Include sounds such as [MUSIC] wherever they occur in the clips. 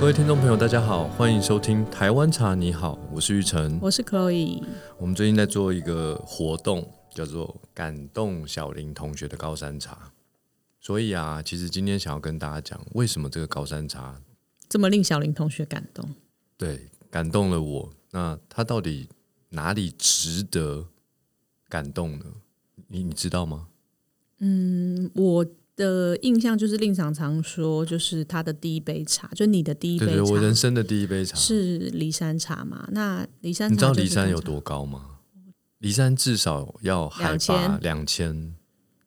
位听众朋友，大家好，欢迎收听《台湾茶你好》，我是玉成。我是 Chloe，我们最近在做一个活动，叫做“感动小林同学的高山茶”。所以啊，其实今天想要跟大家讲，为什么这个高山茶这么令小林同学感动。对感动了我？那它到底哪里值得感动呢？你你知道吗？嗯，我的印象就是令常常说，就是他的第一杯茶，就是你的第一杯对茶对，我人生的第一杯茶。是骊山茶嘛？那骊山茶你知道就是骊山有通多高吗？骊山至少要海拔两千，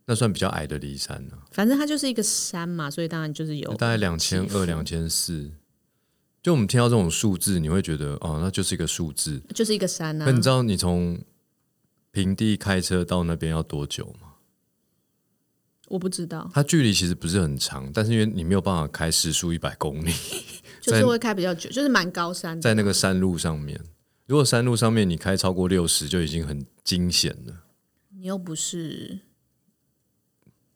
那算比较矮的骊山了、常，反正它就是一个山嘛，所以当然就是有大概两千二、两千四。就我们听到这种数字，你会觉得哦，那就是一个数字。就是一个山啊那。你知道你从平地开车到那边要多久吗？我不知道，它距离其实不是很长，但是因为你没有办法开时速一百公里， [LAUGHS] 就是会开比较久，就是蛮高山的。在那个山路上面，如果山路上面你开超过六十，就已经很惊险了，你又不是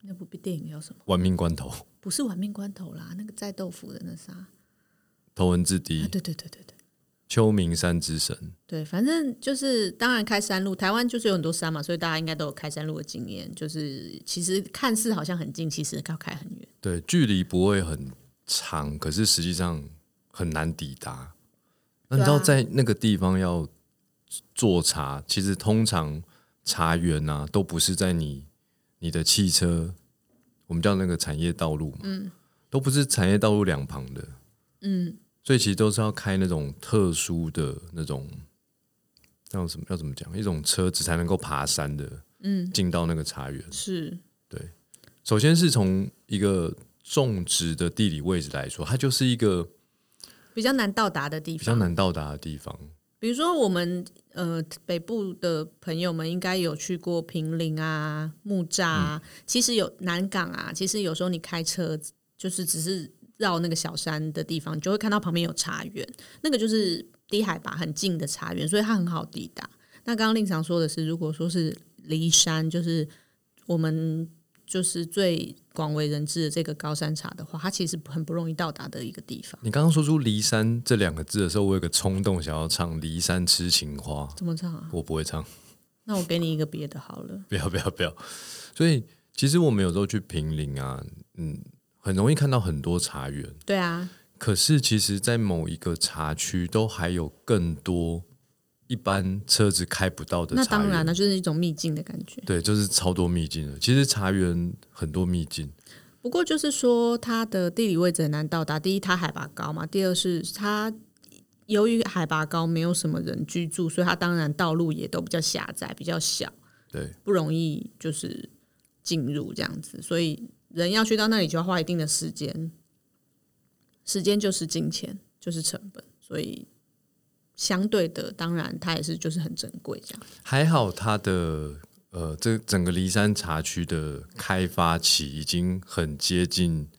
那部电影叫什么？玩命关头，不是《玩命关头》啦，那个载豆腐的那啥。头文字啊 D，对对对对对。秋名山之神。对，反正就是当然开山路，台湾就是有很多山嘛，所以大家应该都有开山路的经验。就是其实看似好像很近，其实要开很远。对，距离不会很长，可是实际上很难抵达。那你知道对在那个地方要做茶，其实通常茶园啊都不是在你你的汽车，我们叫那个产业道路嘛，都不是产业道路两旁的，嗯，所以其实都是要开那种特殊的那种，那种什么要怎么讲，一种车子才能够爬山的，嗯，进到那个茶园。是，首先是从一个种植的地理位置来说，它就是一个比较难到达的地比较方。难到达的地方。比如说我们呃北部的朋友们应该有去过平陵啊、木栅啊，其实有南港啊，其实有时候你开车就是只是绕那个小山的地方，你就会看到旁边有茶园，那个就是低海拔很近的茶园，所以它很好抵达。那刚刚令常说的是，如果说是骊山，就是我们就是最广为人知的这个高山茶的话，它其实很不容易到达的一个地方。你刚刚说出“骊山”这两个字的时候，我有个冲动想要唱“骊山痴情花怎么唱啊”，？我不会唱， [LAUGHS] 那我给你一个别的好了。不要不要不要。所以其实我们有时候去平陵啊，嗯，很容易看到很多茶园，对啊，可是其实，在某一个茶区都还有更多一般车子开不到的那茶当然园。了，就是一种秘境的感觉。对，就是超多秘境的。其实茶园很多秘境，不过就是说，它的地理位置很难到达。第一，它海拔高嘛；第二是它由于海拔高，没有什么人居住，所以它当然道路也都比较狭窄、比较小，对，不容易就是进入这样子。所以人要去到那里，就要花一定的时间，时间就是金钱，就是成本，所以。相对的，当然它也是就是很珍贵这样。还好它的呃，这整个骊山茶区的开发期已经很接近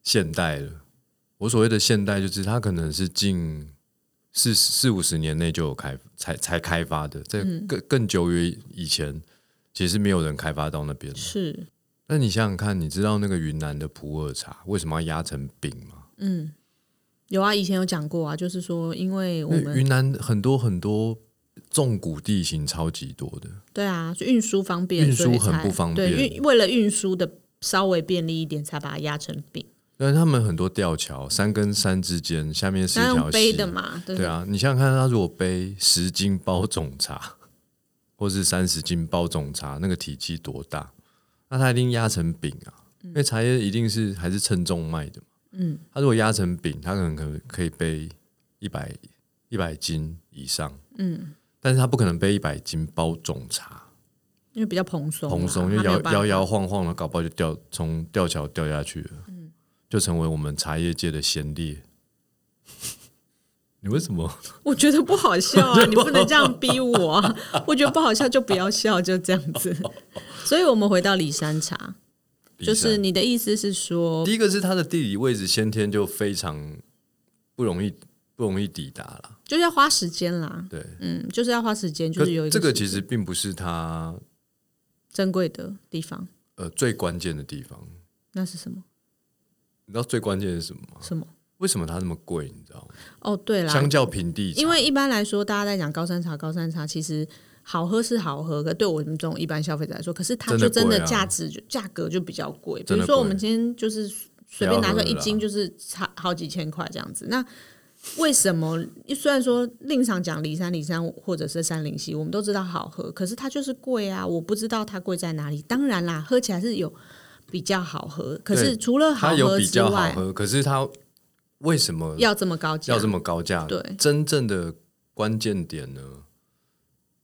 现代了。我所谓的现代，就是它可能是近四四五十年内就有开才才开发的，在嗯更更久远以前，其实没有人开发到那边。是，那你想想看，你知道那个云南的普洱茶为什么要压成饼吗？有啊，以前有讲过啊，就是说，因为我因们为云南很多很多纵谷地形超级多的，对啊，就运输方便，运输所以很才不方便对，运为了运输的稍微便利一点，才把它压成饼。但他们很多吊桥，山跟山之间，下面是一那条用溪背。的嘛，对不对啊，你想想看，他如果背十斤包种茶，或是三十斤包种茶，那个体积多大？那他一定压成饼啊，嗯因为茶叶一定是还是称重卖的嘛。嗯，他如果压成饼，他可能可能可以背一百一百斤以上。嗯，但是他不可能背一百斤包种茶，因为比较蓬松嘛，啊蓬松，因它为没有摇办法摇摇晃晃的，搞不好就掉从吊桥掉下去了，就成为我们茶叶界的先烈。 [LAUGHS] 你为什么？我觉得不好笑啊，你不能这样逼我啊！ [LAUGHS] 我觉得不好笑就不要笑，就这样子。所以我们回到李山茶，就李是山你的意思是说，第一个是它的地理位置先天就非常不容易不容易抵达了，就是要花时间啦，对。嗯，就是要花时间，就可是有一这个个其实并不是它珍贵的地方，呃最关键的地方，那是什么？你知道最关键是什么吗？什么？为什么它那么贵？你知道吗？哦，对啦，相较平地茶，因为一般来说，大家在讲高山茶，高山茶其实好喝是好喝，可对我们这种一般消费者来说，可是它真就的真的贵啊价值就价格就比较贵。比真的如说，贵我们今天就是随便拿不要喝个了一啦斤，就是差好几千块这样子。那为什么？虽然说令上讲离山、离山或者是山林溪，我们都知道好喝，可是它就是贵啊！我不知道它贵在哪里。当然啦，喝起来是有比较好喝，可是对除了好它有喝比之较好外，喝，可是它为什么要这么高价，要这么高价？对真正的关键点呢？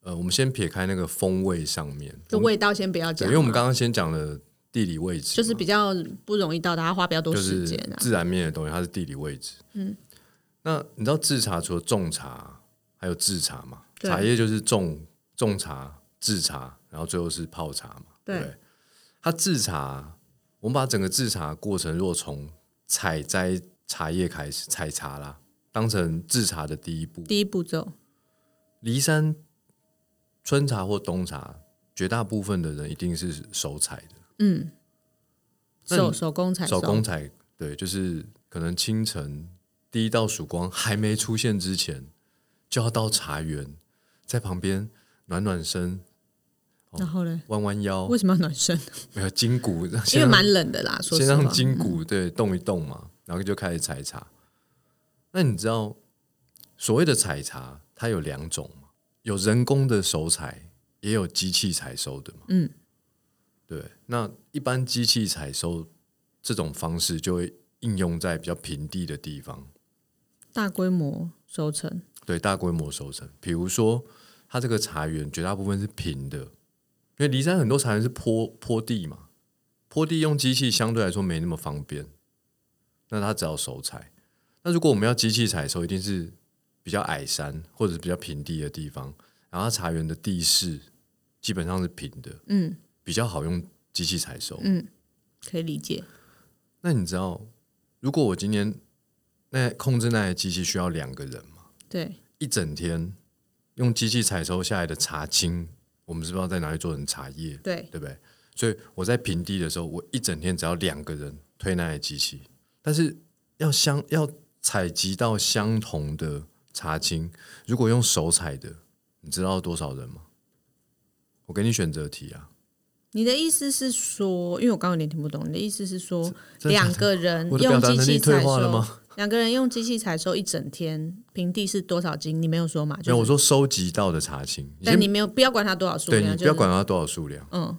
呃，我们先撇开那个风味上面，这我们味道先不要对讲因嘛，为我们刚刚先讲了地理位置嘛，就是比较不容易到达，大家花比较多就是时间啊。自然面的东西，它是地理位置。嗯，那你知道制茶除了种茶，还有制茶嘛？对茶叶就是种种茶、制茶，然后最后是泡茶嘛？对对不对，它制茶，我们把整个制茶过程，如果从采摘茶叶开始采茶啦，当成制茶的第一步，第一步骤，离山春茶或冬茶，绝大部分的人一定是手采的。嗯，那你手手工采手工采，对，就是可能清晨第一道曙光还没出现之前，就要到茶园，在旁边暖暖身、哦然后呢？弯弯腰为，什么要暖身？没有筋骨，让因为先让蛮冷的啦，说先实话嗯让。筋骨对动一动嘛，然后就开始采茶。那你知道所谓的采茶，它有两种嘛，有人工的手采，也有机器采收的嘛。嗯，对，那一般机器采收这种方式就会应用在比较平地的地方，大规模收成，对大规模收成。比如说，它这个茶园绝大部分是平的，因为离山很多茶园是坡坡地嘛，坡地用机器相对来说没那么方便，那它只要手采。那如果我们要机器采收，一定是比较矮山或者是比较平地的地方，然后它茶园的地势基本上是平的，嗯，比较好用机器采收。可以理解。那你知道，如果我今天那控制那台机器需要两个人嘛，对，一整天用机器采收下来的茶青，我们是不知道在哪里做成茶叶，对，对不对？所以我在平地的时候，我一整天只要两个人推那台机器，但是要相要采集到相同的茶青，如果用手采的，你知道多少人吗？我给你选择题啊，你的意思是说，因为我刚刚有点听不懂，你的意思是说，真的假两的个人我的表用达机能力器采退收化了吗？两个人用机器采收一整天，平地是多少斤？你没有说嘛？没有，就我是，说收集到的茶青，已但经你没有，不要管它多少数对量，你就是不要管它多少数量。嗯，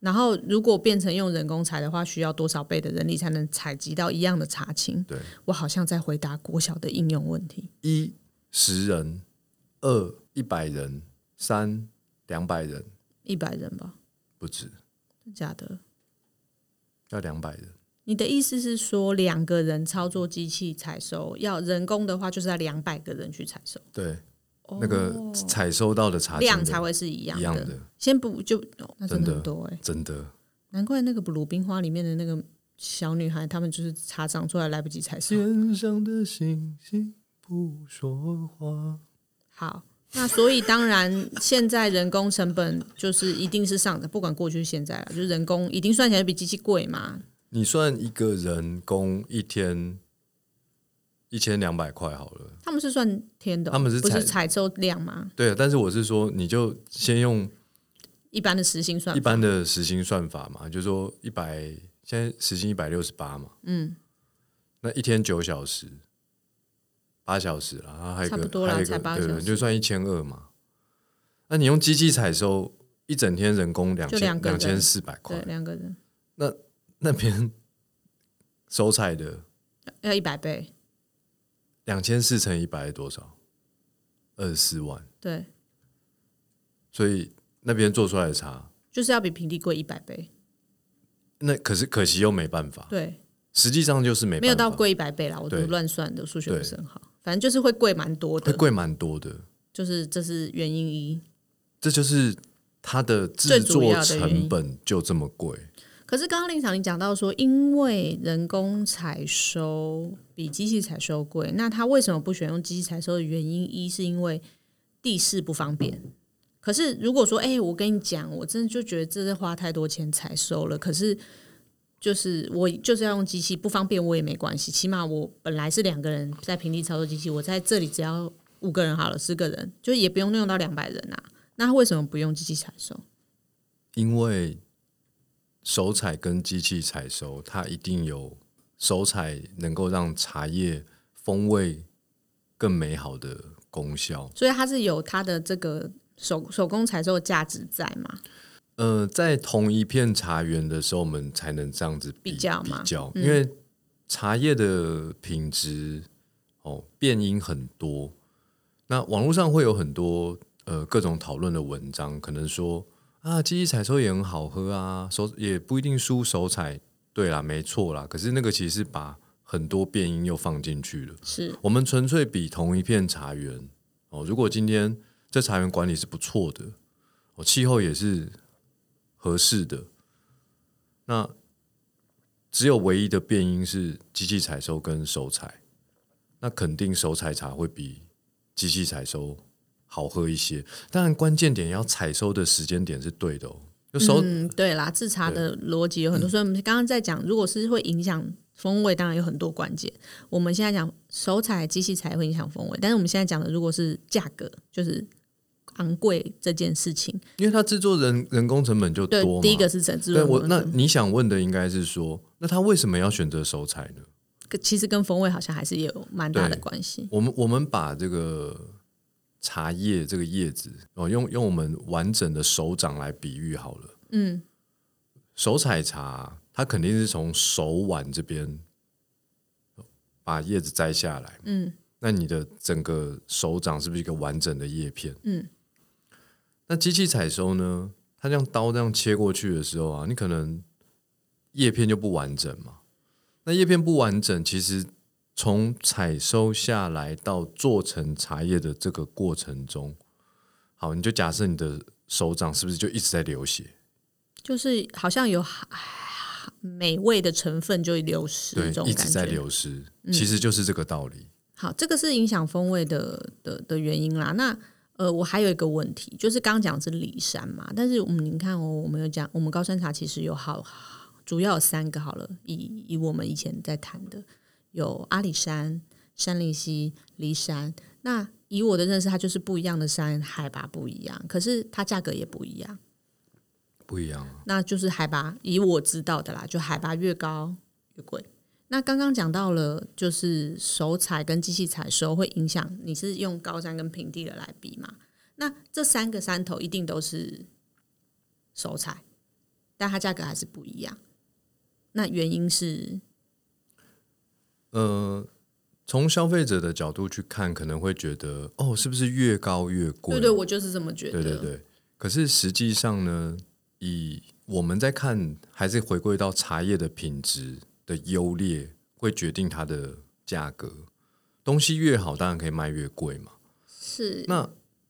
然后如果变成用人工采的话，需要多少倍的人力才能采集到一样的茶青？对，我好像在回答国小的应用问题。一十人，二一百人，三两百人，一百人吧，不止，真假的？要两百人。你的意思是说，两个人操作机器采收，要人工的话，就是要两百个人去采收，对，那个采收啊到的茶青哦量的才会是一样一的。样的，先不就、哦那真真的的很多哎、真的。难怪那个《鲁冰花》里面的那个小女孩，她们就是茶长出来来不及采收。天上的星星不说话。好，那所以当然，现在人工成本就是一定是上的，不管过去现在了，就是人工一定算起来比机器贵嘛。你算一个人工一天一千两百块好了，他们是算天的哦、他们是不采是采收量吗？对啊。但是我是说，你就先用一般的时薪算一，般的时薪算法嘛，就是说一百，现在时薪一百六十八嘛，嗯，那一天九小时，八小时啦，然后还有一差不个多啦还有一才个八对小对，时就算一千二嘛。那你用机器采收一整天人工两就千两个人千四百对，块，两个人那边手采的要一百倍，两千四乘一百是多少？二十四万，对，所以那边做出来的茶，就是要比平地贵一百倍，那可是可惜又没办法，对，实际上就是没没有办到法，贵一百倍啦，我都对乱算的，数学不是很好，反正就是会贵蛮多会的，贵蛮多的。就是这是原因一。这就是它的最制主要作的原因成本就这么贵，可是刚刚令长你讲到说，因为人工采收比机器采收贵，那他为什么不选用机器采收的原因，一是因为地势不方便。可是如果说，哎、我跟你讲，我真的就觉得这是花太多钱采收了，可是就是我就是要用机器，不方便我也没关系，起码我本来是两个人在平地操作机器，我在这里只要五个人好了，十个人就也不用用到两百人啊。那他为什么不用机器采收？因为手采跟机器采收，它一定有手采能够让茶叶风味更美好的功效。所以它是有它的这个手手工采收的价值在嘛？呃，在同一片茶园的时候，我们才能这样子比比较比嘛嗯较，因为茶叶的品质哦变因很多。那网络上会有很多呃各种讨论的文章，可能说啊，机器采收也很好喝啊，手也不一定输手采。对啦，没错啦，可是那个其实是把很多变因又放进去了。是我们纯粹比同一片茶园哦，如果今天这茶园管理是不错的，哦，气候也是合适的，那只有唯一的变因是机器采收跟手采，那肯定手采茶会比机器采收好喝一些。当然，关键点要采收的时间点是对的哦，就手、嗯，对啦，制茶的逻辑有嗯很多，所以我们刚刚在讲，如果是会影响风味，当然有很多关键。我们现在讲手采、机器采会影响风味，但是我们现在讲的，如果是价格，就是昂贵这件事情，因为它制作人人工成本就对多，嘛。第一个是整治对论我文，那你想问的应该是说，那他为什么要选择手采呢？跟其实跟风味好像还是也有蛮大的对关系。我们我们把这个茶叶这个叶子哦，用用我们完整的手掌来比喻好了。嗯，手采茶，它肯定是从手腕这边把叶子摘下来。嗯，那你的整个手掌是不是一个完整的叶片？嗯。那机器采收呢？它这样刀这样切过去的时候啊，你可能叶片就不完整嘛。那叶片不完整，其实从采收下来到做成茶叶的这个过程中，好，你就假设你的手掌是不是就一直在流血？就是好像有美味的成分就会流失，对这，种一感直觉。嗯在流失，其实就是这个道理。好，这个是影响风味的的的原因啦。那呃，我还有一个问题，就是刚刚讲的是里山嘛，但是我们你看哦，我们有讲，我们高山茶其实有好主要有三个好了，以以我们以前在谈的有阿里山、山林溪、骊山。那以我的认识，它就是不一样的山，海拔不一样，可是它价格也不一样。不一样啊，那就是海拔，以我知道的啦，就海拔越高越贵。那刚刚讲到了，就是手采跟机器采收会影响，你是用高山跟平地的来比嘛？那这三个山头一定都是手采，但它价格还是不一样。那原因是，呃，从消费者的角度去看，可能会觉得哦，是不是越高越贵？对对，我就是这么觉得。对对对可是实际上呢，以我们在看，还是回归到茶叶的品质的优劣，会决定它的价格。东西越好，当然可以卖越贵嘛。是那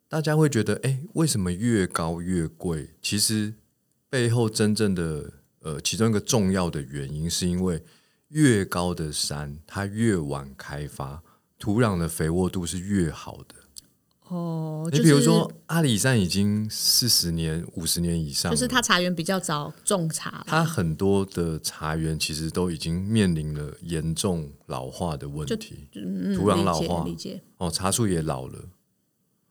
大家会觉得，哎、为什么越高越贵？其实背后真正的呃，其中一个重要的原因，是因为越高的山，它越晚开发，土壤的肥沃度是越好的。哦，你就是比如说，阿里山已经四十年、五十年以上就了，是它茶园比较早种茶，它很多的茶园其实都已经面临了严重老化的问题。嗯土壤老化理解理解哦，茶树也老了。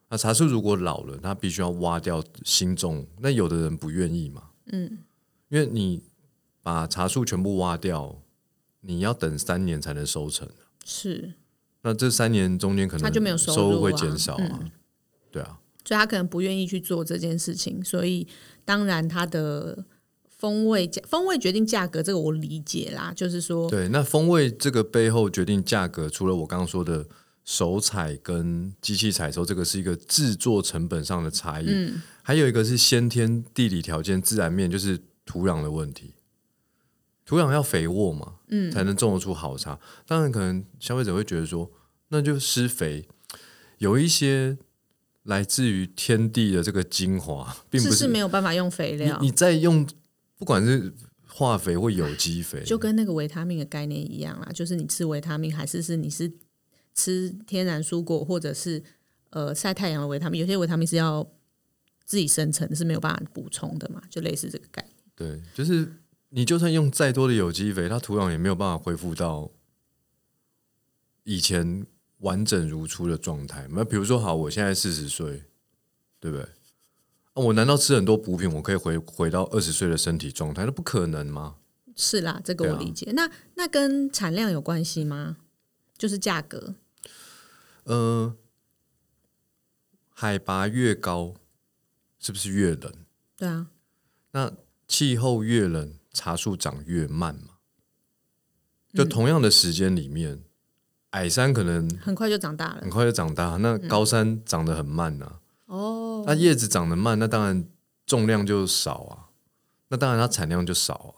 那茶树如果老了，它必须要挖掉新种。那有的人不愿意嘛，嗯，因为你把茶树全部挖掉，你要等三年才能收成。啊是，那这三年中间可能它就没有收收入啊会减少啊，对啊，所以他可能不愿意去做这件事情，所以当然他的风味价风味决定价格，这个我理解啦，就是说对。那风味这个背后决定价格，除了我刚刚说的手采跟机器采收，这个是一个制作成本上的差异，嗯还有一个是先天地理条件、自然面，就是土壤的问题。土壤要肥沃嘛，嗯，才能种得出好茶。当然，可能消费者会觉得说，那就施肥，有一些来自于天地的这个精华，并不是是是没有办法用肥你料，你在用，不管是化肥或有机肥，就跟那个维他命的概念一样啦，就是你吃维他命还是是你是吃天然蔬果或者是呃晒太阳的维他命，有些维他命是要自己生成是没有办法补充的嘛，就类似这个概念。对，就是你就算用再多的有机肥，它土壤也没有办法恢复到以前完整如初的状态。那比如说，好，我现在四十岁，对不对？啊，我难道吃很多补品，我可以回回到二十岁的身体状态？那不可能吗？是啦，这个对我啊理解。那那跟产量有关系吗？就是价格呃，海拔越高，是不是越冷？对啊，那气候越冷，茶树长越慢嘛？就同样的时间里面，矮山可能很快就长大了很快就长大，那高山长得很慢呐、哦。那叶子长得慢，那当然重量就少啊，那当然它产量就少啊。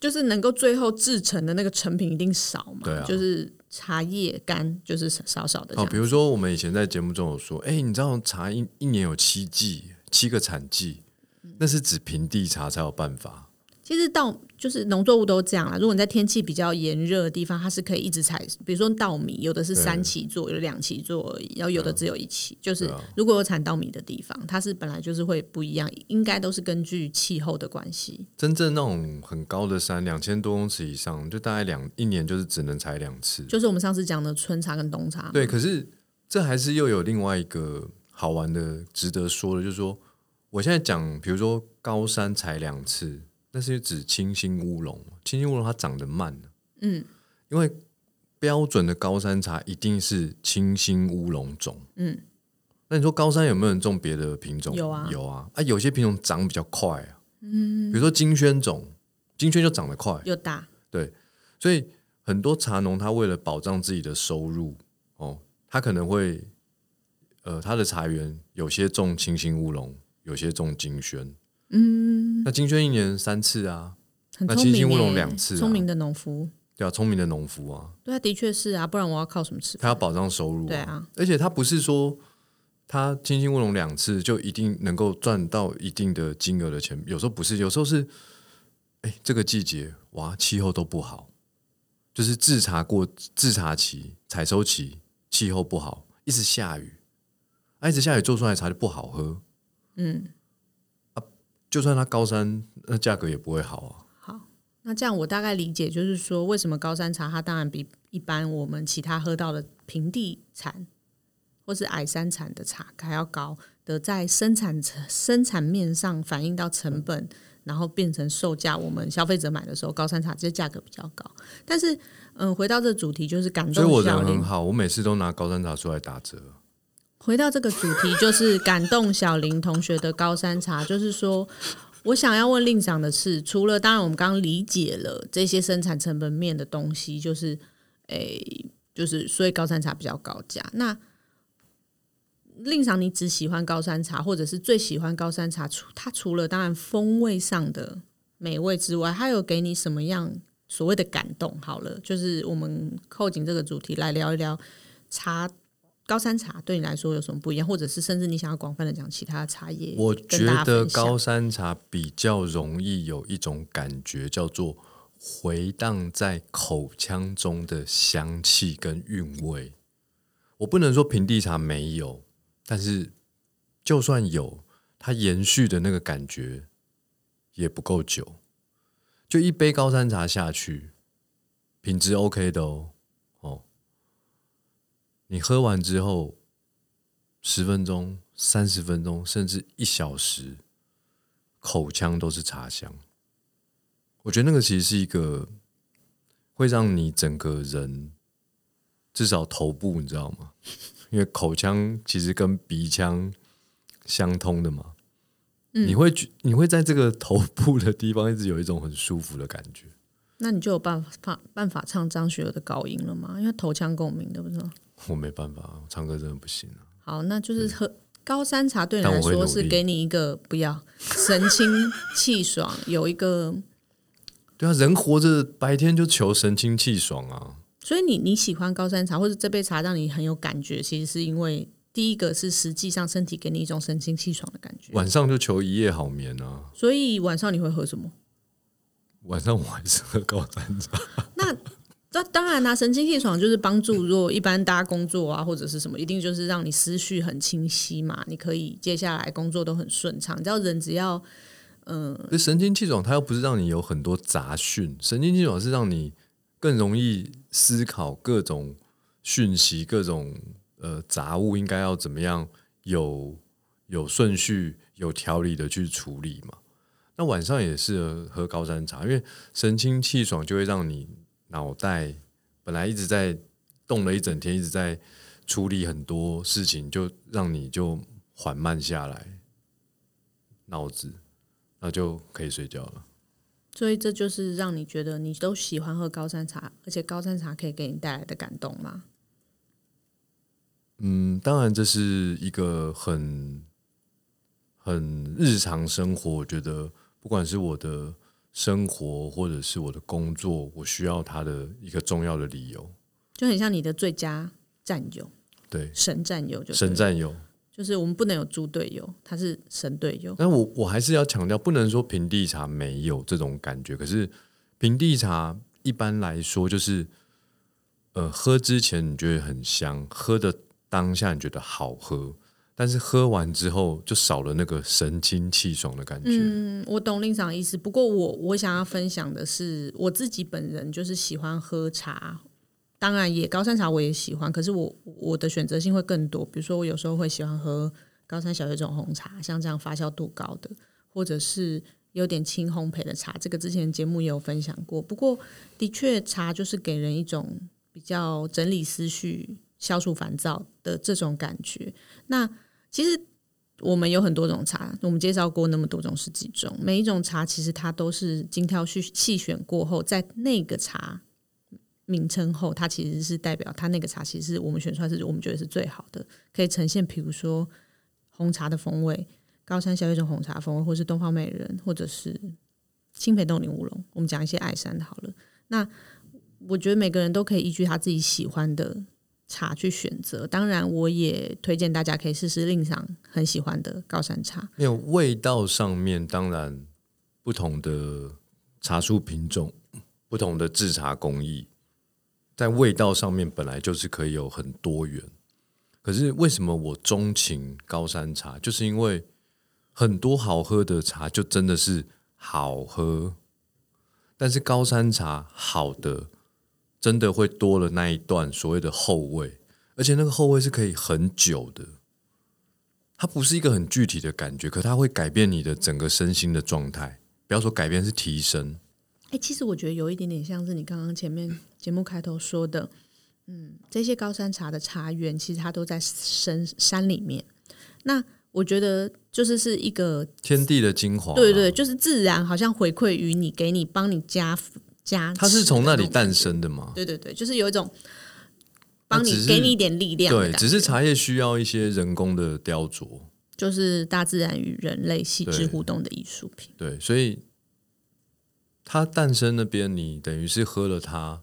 就是能够最后制成的那个成品一定少嘛，对啊就是茶叶干就是少少的这哦，样。比如说我们以前在节目中有说，哎、你知道茶一一年有七季，七个产季，那是指平地茶才有办法。其实稻就是农作物都这样啦。如果你在天气比较炎热的地方，它是可以一直采，比如说稻米，有的是对三期做，有的两期做而已，然后有的只有一期。就是对啊如果有产稻米的地方，它是本来就是会不一样，应该都是根据气候的关系。真正那种很高的山，两千多公尺以上，就大概两一年就是只能采两次。就是我们上次讲的春茶跟冬茶，对，可是这还是又有另外一个好玩的、值得说的，就是说，我现在讲，比如说高山采两次，那是指清新乌龙。清新乌龙它长得慢，嗯，因为标准的高山茶一定是清新乌龙种，嗯。那你说高山有没有人种别的品种？有啊有啊，啊，有些品种长比较快啊，嗯，比如说金萱种，金萱就长得快，又大，对，所以很多茶农他为了保障自己的收入，哦，他可能会，呃，他的茶园有些种清新乌龙，有些种金萱，嗯，那金萱一年三次啊，很那聪清新明乌耶、龙两次啊聪明的农夫，对啊，聪明的农夫啊，对啊，的确是啊，不然我要靠什么吃他饭？要保障收入、对啊，而且他不是说他清新乌龙两次就一定能够赚到一定的金额的钱，有时候不是，有时候是，哎，这个季节哇，气候都不好，就是制茶过制茶期、采收期气候不好，一直下雨，啊，一直下雨做出来的茶就不好喝，嗯，啊，就算它高山，那价格也不会好啊。那这样我大概理解，就是说为什么高山茶它当然比一般我们其他喝到的平地产或是矮山产的茶还要高的，在生产生产面上反映到嗯成本，然后变成售价，我们消费者买的时候，高山茶这价格比较高。但是，嗯，回到这主题就是感所以我嗯动人小很林。好，我每次都拿高山茶出来打折。回到这个主题，就是感动小林同学的高山茶，就是说。我想要问令长的是，除了当然我们刚刚理解了这些生产成本面的东西，就是诶、就是所以高山茶比较高价。那令长，你只喜欢高山茶，或者是最喜欢高山茶？除它除了当然风味上的美味之外，它有给你什么样所谓的感动？好了，就是我们扣紧这个主题来聊一聊茶。高山茶对你来说有什么不一样，或者是甚至你想要广泛的讲其他的茶叶？我跟觉大家得分享高山茶比较容易有一种感觉，叫做回荡在口腔中的香气跟韵味。我不能说平地茶没有，但是就算有，它延续的那个感觉也不够久。就一杯高山茶下去，品质 OK 的哦，哦，你喝完之后，十分钟、三十分钟，甚至一小时，口腔都是茶香。我觉得那个其实是一个会让你整个人，至少头部，你知道吗？因为口腔其实跟鼻腔相通的嘛，你会觉你会在这个头部的地方一直有一种很舒服的感觉。那你就有办法办法唱张学友的高音了吗？因为头腔共鸣，对不对？我没办法，唱歌真的不行啊。好，那就是喝高山茶对你但来我会说努是力给你一个不要神清气爽，有一个。对啊，人活着白天就求神清气爽啊。所以你你喜欢高山茶，或者这杯茶让你很有感觉，其实是因为第一个是实际上身体给你一种神清气爽的感觉。晚上就求一夜好眠啊。所以晚上你会喝什么？晚上我还是喝高山茶，那那当然啦、神清气爽就是帮助，如果一般大家工作啊或者是什么，一定就是让你思绪很清晰嘛，你可以接下来工作都很顺畅。你知道人只要这神经气爽它又不是让你有很多杂讯，神经气爽是让你更容易思考各种讯息、各种呃杂物应该要怎么样有有顺序、有条理的去处理嘛。那晚上也适合喝高山茶，因为神清气爽就会让你脑袋本来一直在动了一整天，一直在处理很多事情，就让你就缓慢下来，脑子那就可以睡觉了。所以这就是让你觉得你都喜欢喝高山茶，而且高山茶可以给你带来的感动吗？嗯，当然这是一个很很日常生活，我觉得不管是我的生活或者是我的工作，我需要它的一个重要的理由。就很像你的最佳战友、对，神战友就，是神战友。就是我们不能有猪队友，他是神队友。但我我还是要强调，不能说平地茶没有这种感觉。可是平地茶一般来说就是，呃，喝之前你觉得很香，喝的当下你觉得好喝，但是喝完之后就少了那个神清气爽的感觉。嗯，我懂令长的意思。不过我我想要分享的是，我自己本人就是喜欢喝茶，当然也高山茶我也喜欢，可是我我的选择性会更多。比如说，我有时候会喜欢喝高山小雪种红茶，像这样发酵度高的，或者是有点轻烘焙的茶。这个之前节目也有分享过。不过，的确茶就是给人一种比较整理思绪、消除烦躁的这种感觉。那其实我们有很多种茶，我们介绍过那么多种十几种，每一种茶其实它都是精挑细细选过后，在那个茶名称后，它其实是代表它那个茶其实是我们选出来是我们觉得是最好的，可以呈现比如说红茶的风味，高山小叶种红茶风味，或是东方美人，或者是青培冻龄乌龙。我们讲一些爱山的好了。那我觉得每个人都可以依据他自己喜欢的茶去选择。当然，我也推荐大家可以试试令上很喜欢的高山茶。没有味道上面，当然不同的茶树品种、不同的制茶工艺，在味道上面本来就是可以有很多元。可是为什么我钟情高山茶？就是因为很多好喝的茶就真的是好喝，但是高山茶好的真的会多了那一段所谓的后味，而且那个后味是可以很久的。它不是一个很具体的感觉，可它会改变你的整个身心的状态。不要说改变，是提升。哎、其实我觉得有一点点像是你刚刚前面节目开头说的，嗯，这些高山茶的茶园其实它都在山山里面。那我觉得就是是一个天地的精华、对对，，就是自然好像回馈于你，给你帮你加加持的种感觉。它是从那里诞生的嘛？对对对，就是有一种帮它只你是给你一点力量的对，感觉只是茶叶需要一些人工的雕琢。就是大自然与人类细致对互动的艺术品。对，所以它诞生那边，你等于是喝了它，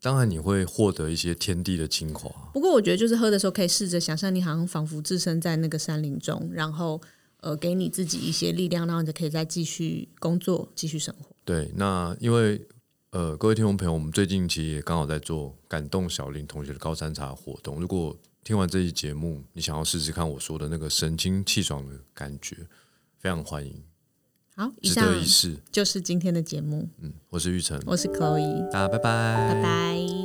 当然你会获得一些天地的精华。不过我觉得就是喝的时候可以试着想象，你好像仿佛置身在那个山林中，然后呃给你自己一些力量，然后你就可以再继续工作、继续生活。对，那因为呃，各位听众朋友，我们最近其实也刚好在做感动小林同学的高山茶活动。如果听完这期节目，你想要试试看我说的那个神清气爽的感觉，非常欢迎，好，以值上得一试。就是今天的节目，嗯，我是玉成，我是 Chloe，大家拜拜拜拜。